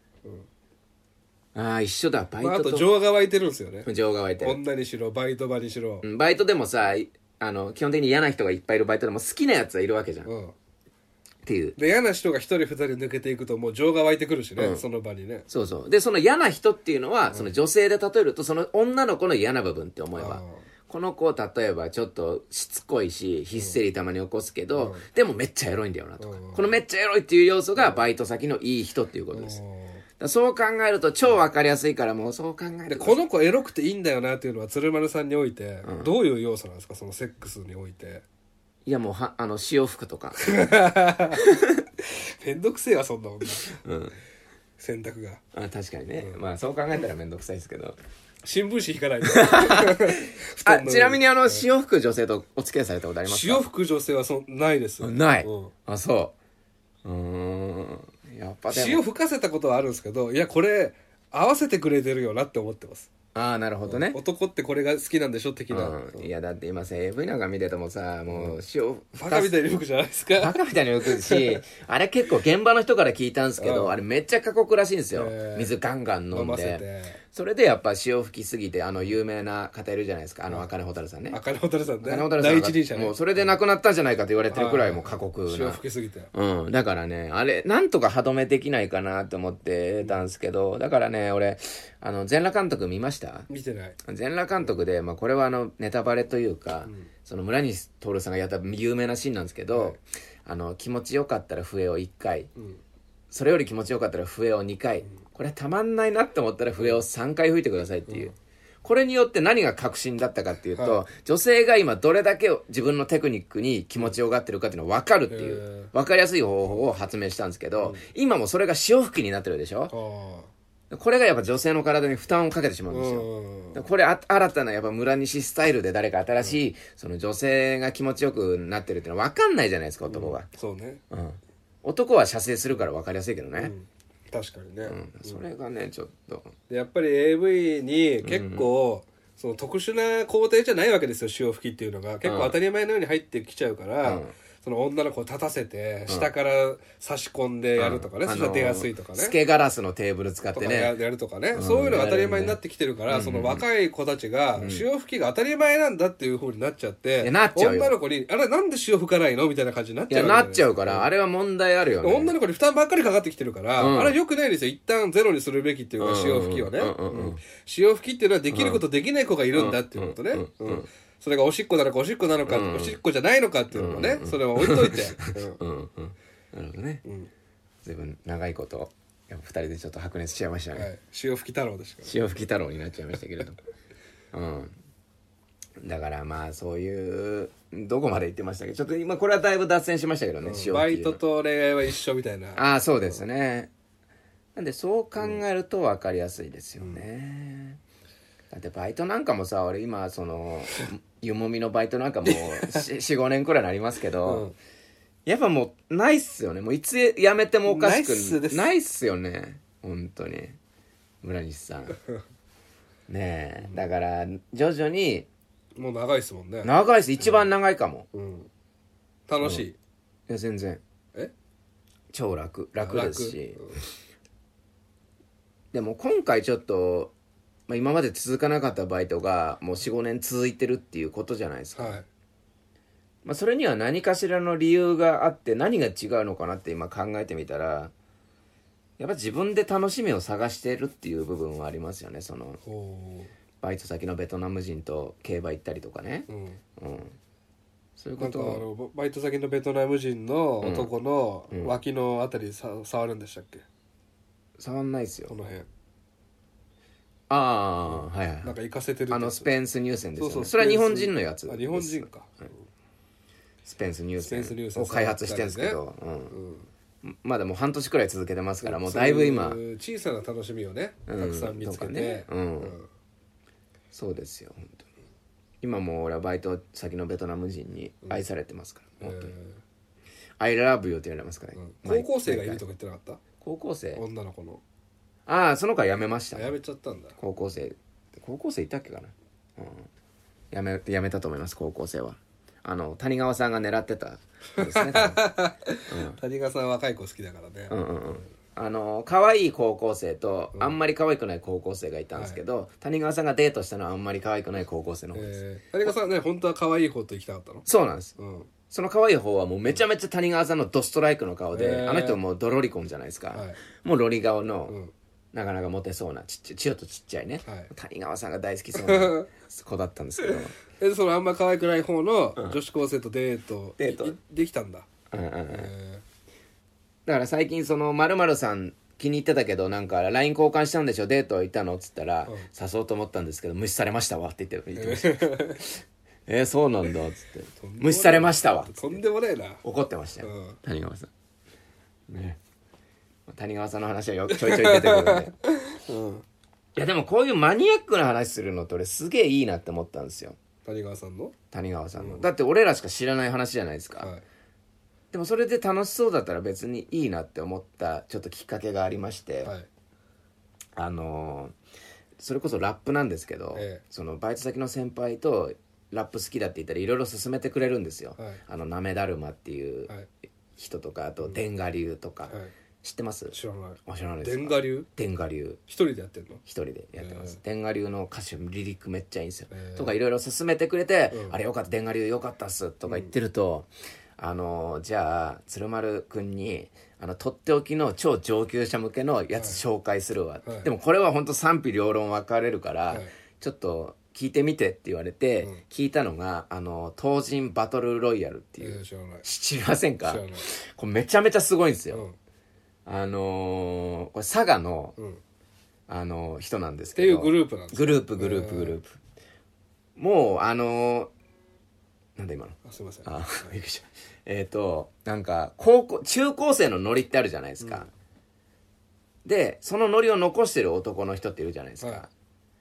S1: あー一緒だバイ
S2: まあ、あ
S1: ト
S2: と
S1: と
S2: 情が湧いてるんですよね
S1: 情が湧いてる、
S2: 女にしろバイト場にしろ
S1: うん、バイトでもさいあの基本的に嫌な人がいっぱいいるバイトでも好きなやつはいるわけじゃん、
S2: う
S1: っ
S2: ん
S1: ていう
S2: で嫌な人が一人二人抜けていくともう情が湧いてくるしね、その場にね
S1: そうそう。で、その嫌な人っていうのは、その女性で例えると、その女の子の嫌な部分って思えば
S2: あー、
S1: この子を例えばちょっとしつこいし、ひっせりたまに起こすけど、でもめっちゃエロいんだよなとか、このめっちゃエロいっていう要素がバイト先のいい人っていうことです。だからそう考えると超わかりやすいから、もうそう考え
S2: で
S1: ると。
S2: この子エロくていいんだよなっていうのは鶴丸さんにおいて、どういう要素なんですかそのセックスにおい て
S1: いやもうは、あの、潮吹く とか。
S2: めんどくせえわそんな女、選択が
S1: あ確かにね。まあそう考えたらめんどくさいですけど。
S2: 新聞紙引かないと
S1: あ、ちなみにあの、潮吹く女性とお付き合いされたことありますか
S2: 潮吹く女性はそんないです
S1: ない
S2: うん。
S1: あ、そう。うーん。やっぱでも。
S2: 潮吹かせたことはあるんですけどいやこれ合わせてくれてるよなって思ってます
S1: ああなるほどね、
S2: 男ってこれが好きなんでしょ的な、
S1: うん、いやだって今さ AV なんか見ててもさもう塩
S2: バカみたいに吹くじゃないですか
S1: バカみたいに浮く しあれ結構現場の人から聞いたんですけど、あれめっちゃ過酷らしいんですよ、
S2: へー
S1: 水ガンガン飲
S2: 飲
S1: ん
S2: ませ
S1: で
S2: て
S1: それでやっぱ潮吹きすぎてあの有名な方いるじゃないですかあの茜蛍さんね
S2: 赤根蛍さんね
S1: 茜蛍さん
S2: 第
S1: が
S2: 一人者ね
S1: もうそれで亡くなったんじゃないかと言われてるくらいもう過酷
S2: 潮
S1: な
S2: 吹きすぎて
S1: うん。だからね、あれ、なんとか歯止めできないかなと思ってたんですけど、だからね、俺、あの、全裸監督見ました
S2: 見てない
S1: 全裸監督で、まあ、これはあのネタバレというか、その村西徹さんがやった有名なシーンなんですけど、あの気持ちよかったら笛を1回、それより気持ちよかったら笛を2回、これはたまんないなって思ったら笛を3回吹いてくださいっていう、これによって何が革新だったかっていうと、女性が今どれだけ自分のテクニックに気持ちよがってるかっていうのが分かるってい
S2: へ
S1: う分かりやすい方法を発明したんですけど、今もそれが潮吹きになってるでしょ
S2: ああ
S1: これがやっぱ女性の体に負担をかけてしまうんですよ、
S2: うん
S1: これあ新たなやっぱ村西スタイルで誰か新しい、その女性が気持ちよくなってるってのは分かんないじゃないですか男が、
S2: そうね
S1: うん男は射精するから分かりやすいけどね、
S2: 確かにね、
S1: それがねちょっと
S2: でやっぱり AV に結構、その特殊な工程じゃないわけですよ潮吹きっていうのが結構当たり前のように入ってきちゃうから、その女の子を立たせて下から差し込んでやるとかね、
S1: あ
S2: そ
S1: の
S2: したら出やすいとかね
S1: スケガラスのテーブル使っ
S2: と
S1: て
S2: かや
S1: ね
S2: やるとかね、そういうのが当たり前になってきてるから、その若い子たちが潮吹きが当たり前なんだっていうふうになっちゃって、
S1: やなっちゃうよ
S2: 女の子に「あれなんで潮吹かないの?」みたいな感じになっ
S1: い
S2: ちゃ
S1: や
S2: う
S1: なっちゃ
S2: う
S1: うから、あれは問題あるよね
S2: 女の子に負担ばっかりかかってきてるから、あれよくないですよ一旦ゼロにするべきっていうか、潮吹きはね、うん潮吹きっていうのはできることできない子がいるんだっていうことね、うんそれがおしっこなのかおしっこなのか、おしっこじゃないのかっていうのもね、それは置いといて、うん
S1: うんうんなるほどね、随分長いことやっぱ二人でちょっと白熱しちゃいましたね、
S2: はい、潮吹き太郎ですから
S1: 潮吹き太郎になっちゃいましたけれどうんだからまあそういうどこまで言ってましたけどちょっと今これはだいぶ脱線しましたけどね、塩
S2: バ
S1: ってい
S2: イ
S1: うの
S2: トと恋愛は一緒みたいな
S1: ああそうですね、なんでそう考えると分かりやすいですよね、だってバイトなんかもさ俺今その湯もみのバイトなんかもう45年くらいになりますけど、
S2: うん
S1: やっぱもうないっすよねもういつ辞めてもおかしく
S2: ないっすです
S1: ないっすよね本当に村西さん ねえだから徐々に
S2: もう長いですもんね
S1: 長いっす一番長いかも、
S2: うん楽しい
S1: いや全然
S2: え
S1: 超楽楽
S2: 楽
S1: ですし、でも今回ちょっと、まあ、今まで続かなかったバイトがもう45年続いてるっていうことじゃないです
S2: う
S1: か、
S2: んはい
S1: まあ、それには何かしらの理由があって何が違うのかなって今考えてみたらやっぱ自分で楽しみを探してるっていう部分はありますよねその
S2: おお
S1: バイト先のベトナム人と競馬行ったりとかね
S2: ー、うん
S1: うんそういうこ
S2: なんか
S1: と
S2: あ
S1: を
S2: のババイト先のベトナム人の男の脇のあたりさ、触るんでしたっけ
S1: 触んないです
S2: こ
S1: よ
S2: の辺
S1: ああはいはい
S2: なんか行かせてるって
S1: あ
S2: やつ
S1: のスペンス・ニューセンですよね
S2: そうそう
S1: それは日本人のやつ
S2: あ日本人か、
S1: スペンス・ニュー
S2: スペンスニ
S1: セ
S2: ューセ
S1: ン
S2: ン
S1: を開発してるんですけど、うん
S2: うん
S1: まだもう半年くらい続けてますからもうだいぶ今
S2: そういう小さな楽しみをねた
S1: うん
S2: くさん見つ
S1: と
S2: けて、
S1: かねうん
S2: うん
S1: そうですよ本当に今もう俺はバイト先のベトナム人に愛されてますから、本当に
S2: え
S1: I love you って言われますから、
S2: ー
S1: 毎
S2: 高校生がいる
S1: 毎
S2: と
S1: 回
S2: か言ってなかっ
S1: 高校
S2: た
S1: 生
S2: 女の子の
S1: ああその子は辞めまし
S2: あ
S1: た
S2: やめちゃったんだ
S1: 高校生高校生いたっけかなうんやめやめたと思います高校生はあの谷川さんが狙ってたんですね多分
S2: 谷川さん若い子好きだからね、
S1: うんうんうんあの可愛い高校生と、あんまり可愛くない高校生がいたんですけど、谷川さんがデートしたのはあんまり可愛くない高校生の方です、
S2: えー谷川さんはね本当は可愛い方と行きたかったの
S1: そうなんです
S2: うん
S1: その可愛い方はもうめちゃめちゃ谷川さんのドストライクの顔で、
S2: へー
S1: あの人もうドロリコンじゃないですか、
S2: はい
S1: もうロリ顔の、
S2: ん
S1: なかなかモテそうなちっちゃいちよとちっちゃいね、
S2: はい
S1: 谷川さんが大好きそう な子だったんですけど
S2: えそのあんま可愛くない方の女子高生とデート
S1: デート
S2: いできたんだ、
S1: うんうんうん
S2: え
S1: だから最近その〇〇さん気に入ってたけどなんか LINE 交換したんでしょデート行ったのっつったら、誘おうと思ったんですけど無視されましたわって言って言ってました 「えーそうなんだ」っつって「無視されましたわ
S2: ー、とんでもねえな
S1: 怒ってましたよ、
S2: うん
S1: 谷川さんね谷川さんの話はよくちょいちょい出てくるん で
S2: うん
S1: いやでもこういうマニアックな話するのって俺すげえいいなって思ったんですよ
S2: 谷川さんの
S1: 谷川さんの、だって俺らしか知らない話じゃないですか、
S2: はい
S1: でもそれで楽しそうだったら別にいいなって思ったちょっときっかけがありまして、
S2: はい
S1: あのーそれこそラップなんですけど、
S2: ええ
S1: そのバイト先の先輩とラップ好きだって言ったらいろいろ勧めてくれるんですよ、
S2: はい
S1: あのなめだるまっていう
S2: はい
S1: 人とかあとでんが流とか、
S2: はい
S1: 知ってます
S2: 知らな
S1: あ知らない
S2: い
S1: で
S2: ですん
S1: か
S2: が流
S1: でんが流
S2: 一人でやってんの
S1: 一人でやってます、でんが流の歌詞リリックめっちゃいいんですよ、
S2: ええ
S1: とかいろいろ勧めてくれて、あれよかったでんが流よかったっすとか言ってると、あのーじゃあ鶴丸君にあのとっておきの超上級者向けのやつ紹介するわ、
S2: はい
S1: でもこれは本当賛否両論分かれるから、
S2: い
S1: ちょっと聞いてみてって言われて、聞いたのがあの東神バトルロイヤルって
S2: え
S1: いう、
S2: ー知らない
S1: 知りませんか
S2: 知らない
S1: これめちゃめちゃすごいんですよ、
S2: うん
S1: あのーこれ佐賀の、
S2: うんっ
S1: あのー人なんです
S2: て
S1: け
S2: い
S1: ど
S2: うグループなんです
S1: グ
S2: か
S1: ループグループグループもうあのーなんだ今の
S2: あすいません
S1: あ びっくりしたえっ、となんか高校中高生のノリってあるじゃないですか、でそのノリを残してる男の人っているじゃないですか、
S2: はい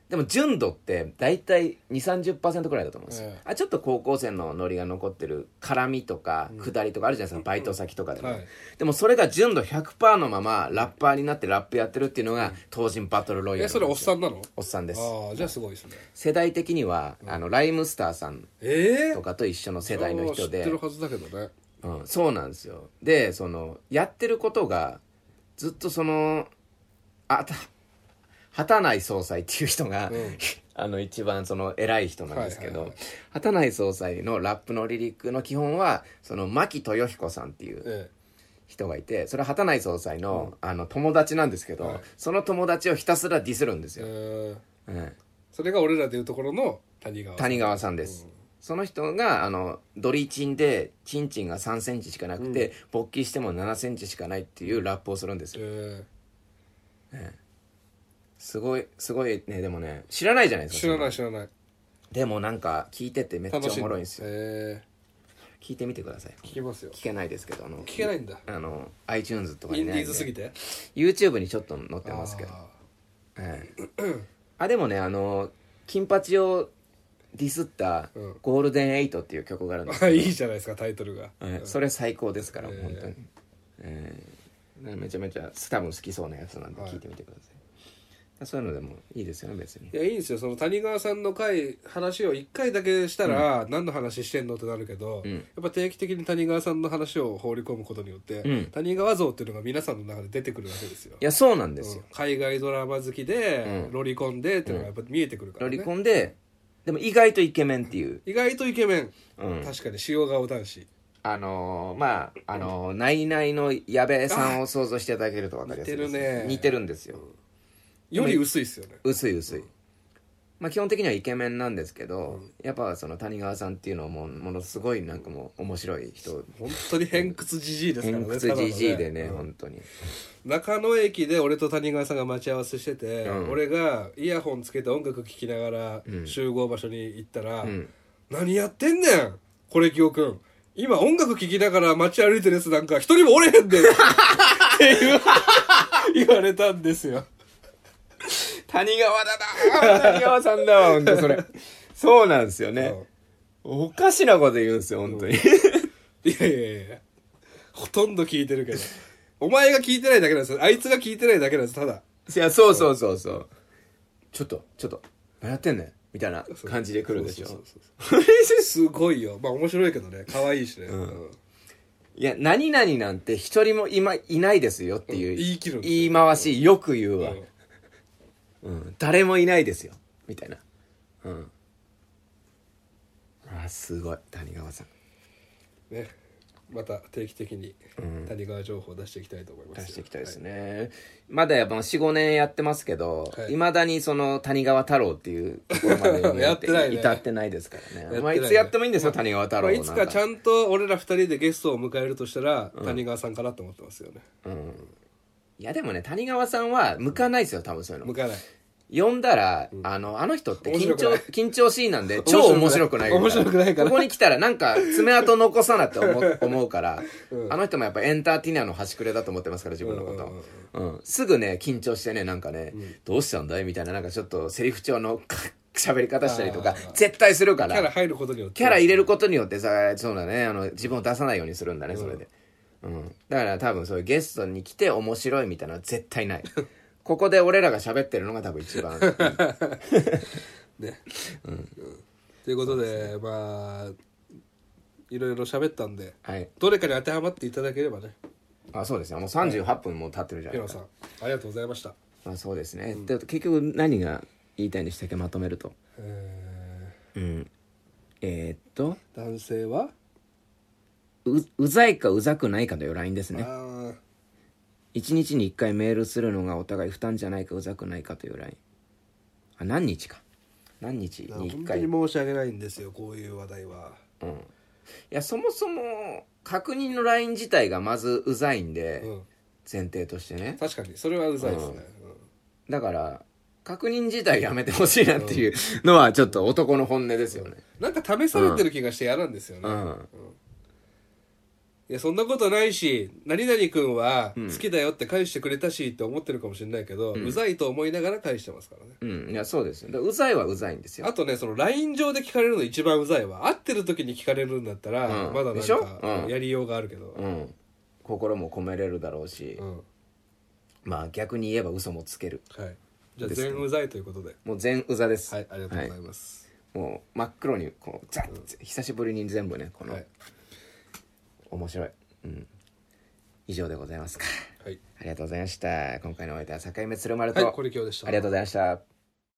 S1: でも純度って大体2 3 0くらいだと思うんですよ、
S2: ええ
S1: あちょっと高校生のノリが残ってる絡みとか下りとかあるじゃないですか、バイト先とかでも、
S2: はい
S1: でもそれが純度100%のままラッパーになってラップやってるっていうのが東人バトルロイヤルなん
S2: え
S1: ですよ
S2: それおっさんなの
S1: おっさんです
S2: ああじゃあすごいですね
S1: 世代的には、あのライムスターさん
S2: ええ
S1: とかと一緒の世代の人
S2: 知っ
S1: で
S2: てるはずだけどね
S1: うん、そうなんですよでそのやってることがずっとそのあた畑内総裁っていう人が、 あの一番その偉い人なんですけど、
S2: はいはいは
S1: 畑内総裁のラップのリリックの基本はその牧豊彦さんっていう
S2: え
S1: 人がいてそれは畑内総裁の,、あの友達なんですけど、
S2: はい
S1: その友達をひたすらディスるんです
S2: ええ
S1: よ、
S2: ー
S1: うん、
S2: それが俺らでいうところの谷川
S1: 谷川さんです、その人があのドリチンでチンチンが3センチしかなくて、勃起しても7センチしかないっていうラップをするんですよ
S2: え
S1: すごいすごいねでもね知らないじゃない
S2: え
S1: ですか
S2: 知らない
S1: そ
S2: 知らない
S1: のでもなんか聞いててめっちゃ
S2: 楽し
S1: お
S2: い
S1: もろいんですよ
S2: え
S1: 聞いてみてください
S2: ー、聞きますよ
S1: 聞けないですけどあの
S2: 聞けないんだ
S1: あの iTunes とか
S2: イ
S1: に
S2: ン
S1: ね
S2: ディーズすぎて
S1: YouTube にちょっと載ってますけど
S2: あ
S1: ええあでもねあの金八をディスった
S2: うん
S1: 「ゴールデンエイトっていう曲があるん です
S2: ーいいじゃないですかタイトルが、
S1: ええそれ最高ですから、本当に、ええめちゃめちゃ多分好きそうなやつなんで
S2: はい
S1: 聞いてみてください、そういうのでもいいですよね別に
S2: いやいいんですよその谷川さんの回話を1回だけしたら、何の話してんのってなるけど、
S1: うん
S2: やっぱ定期的に谷川さんの話を放り込むことによって、
S1: うん
S2: 谷川像っていうのが皆さんの中で出てくるわけですよ
S1: いやそうなんですよ、
S2: うん海外ドラマ好きで、
S1: うん
S2: ロリコンでっていうのがやっぱ見えてくるから、
S1: ロ
S2: ね
S1: リコンででも意外とイケメンっていう、
S2: 意外とイケメン、
S1: うん、
S2: 確かに塩顔男子
S1: あのーまああのーナイナイの矢部さんを想像していただけると分かりやすいです
S2: 似てるね
S1: 似てるんですよ、
S2: より薄いっすよね
S1: 薄い薄い、まあ、基本的にはイケメンなんですけど、やっぱその谷川さんっていうのはもうものすごいなんかもう面白い人
S2: 本当に偏屈じじいですから
S1: 偏
S2: ね
S1: 屈じじいでね
S2: ただの
S1: 本当に
S2: 中野駅で俺と谷川さんが待ち合わせしてて、
S1: うん
S2: 俺がイヤホンつけて音楽聴きながら集合場所に行ったら「
S1: ん
S2: 何やってんねんこれきおくん今音楽聴きながら街歩いてるやつなんか一人もおれへんで」っていう言われたんですよ
S1: 谷川だな谷川さんだわ本当それ そうなんですよねおかしなこと言うんですよ本当に
S2: いやいやいやいやほとんど聞いてるけどお前が聞いてないだけなんですよあいつが聞いてないだけなんですただ
S1: いやそうそうそうそうちょっとちょっと何やってんねんみたいな感じで来るでし
S2: そう
S1: ょ
S2: そうそうそうすごいよまあ面白いけどね可愛いしね、うん
S1: いや何々なんて一人も今いないですよっていう、
S2: うん言い切るんですよ
S1: 言い回しよく言うわ、
S2: うん
S1: うん、誰もいないですよみたいなうんあーすごい谷川さん
S2: ね、また定期的に谷川情報を出していきたいと思いますよ、
S1: 出していきたいです
S2: は
S1: ね、まだやっぱ45年やってますけど
S2: はい
S1: いま、未だにその谷川太郎っていうところまでに
S2: やってないね
S1: 至ってないですからね
S2: てないね
S1: まあ、いつやってもいいんですよ、谷川太
S2: ま
S1: 郎
S2: あ、いつかち
S1: ん
S2: ゃんと俺ら二人でゲストを迎えるとしたら、谷川さんかなと思ってますよね
S1: いやでもね谷川さんは向かないですよ多分そういうの
S2: 迎えない
S1: 呼んだら、あのあの人って緊張
S2: 面白くない
S1: 緊張シーンなんで超面白
S2: 面白
S1: く
S2: く
S1: な
S2: ないい
S1: から
S2: 面白くないから
S1: ここに来たらなんか爪痕残さなって思 う思うから、あの人もやっぱエンターテイナーの端くれだと思ってますから自分のこと、うんすぐね緊張してねなんかね、どうしたんだいみたいななんかちょっとセリフ調のか喋り方したりとか絶対するか
S2: キャラ
S1: ら
S2: 入ることによって
S1: キャラ入れることによってさそうだねあの自分を出さないようにするんだねそれで、うん、だから多分そういうゲストに来て面白いみたいなのは絶対ないここで俺らが喋ってるのが多分一番
S2: ね、ということでまあいろいろ喋ったんで
S1: はい
S2: どれかに当てはまっていただければね
S1: あそうですねもう38分も経ってるじゃない
S2: 平野
S1: です
S2: さ
S1: か、
S2: んありがとうございました
S1: まあ、そうですね、で結局何が言いたいんでしたっけまとめると
S2: え
S1: うんえー、っと
S2: ー男性は
S1: ううざいかうざくないかのよラインです
S2: あ
S1: ね
S2: ー
S1: 1日に1回メールするのがお互い負担じゃないかうざくないかというラインあ何日か何日に1
S2: 本当
S1: 回
S2: に申し訳ないんですよこういう話題は
S1: うん、いやそもそも確認のライン自体がまずうざいんで、
S2: うん
S1: 前提としてね
S2: 確かにそれはうざいですね、うん
S1: だから確認自体やめてほしいなっていうのはちょっと男の本音ですよね
S2: なんか試されてる気がして嫌なんですよね、
S1: うん、
S2: いやそんなことないし何々君は好きだよって返してくれたしって思ってるかもしれないけど、うざいと思いながら返してますからね
S1: うん、いやそうですよだからうざいはうざいんですよ
S2: あとねその LINE 上で聞かれるの一番うざいわ会ってる時に聞かれるんだったら、
S1: うん
S2: まだな
S1: で
S2: ん
S1: しょ
S2: か
S1: うん
S2: やりようがあるけど、
S1: うん心も込めれるだろうし、
S2: うん
S1: まあ逆に言えば嘘もつける
S2: はいじゃあ全うざいということで
S1: もう全うざです
S2: はいありがとうございます、
S1: もう真っ黒にこうザッて久しぶりに全部ねこの、
S2: はい
S1: 面白い、うん、以上でございますか
S2: はい
S1: ありがとうございました今回のお相手は境目鶴丸と、
S2: はいこれ今日でした
S1: ありがとうございました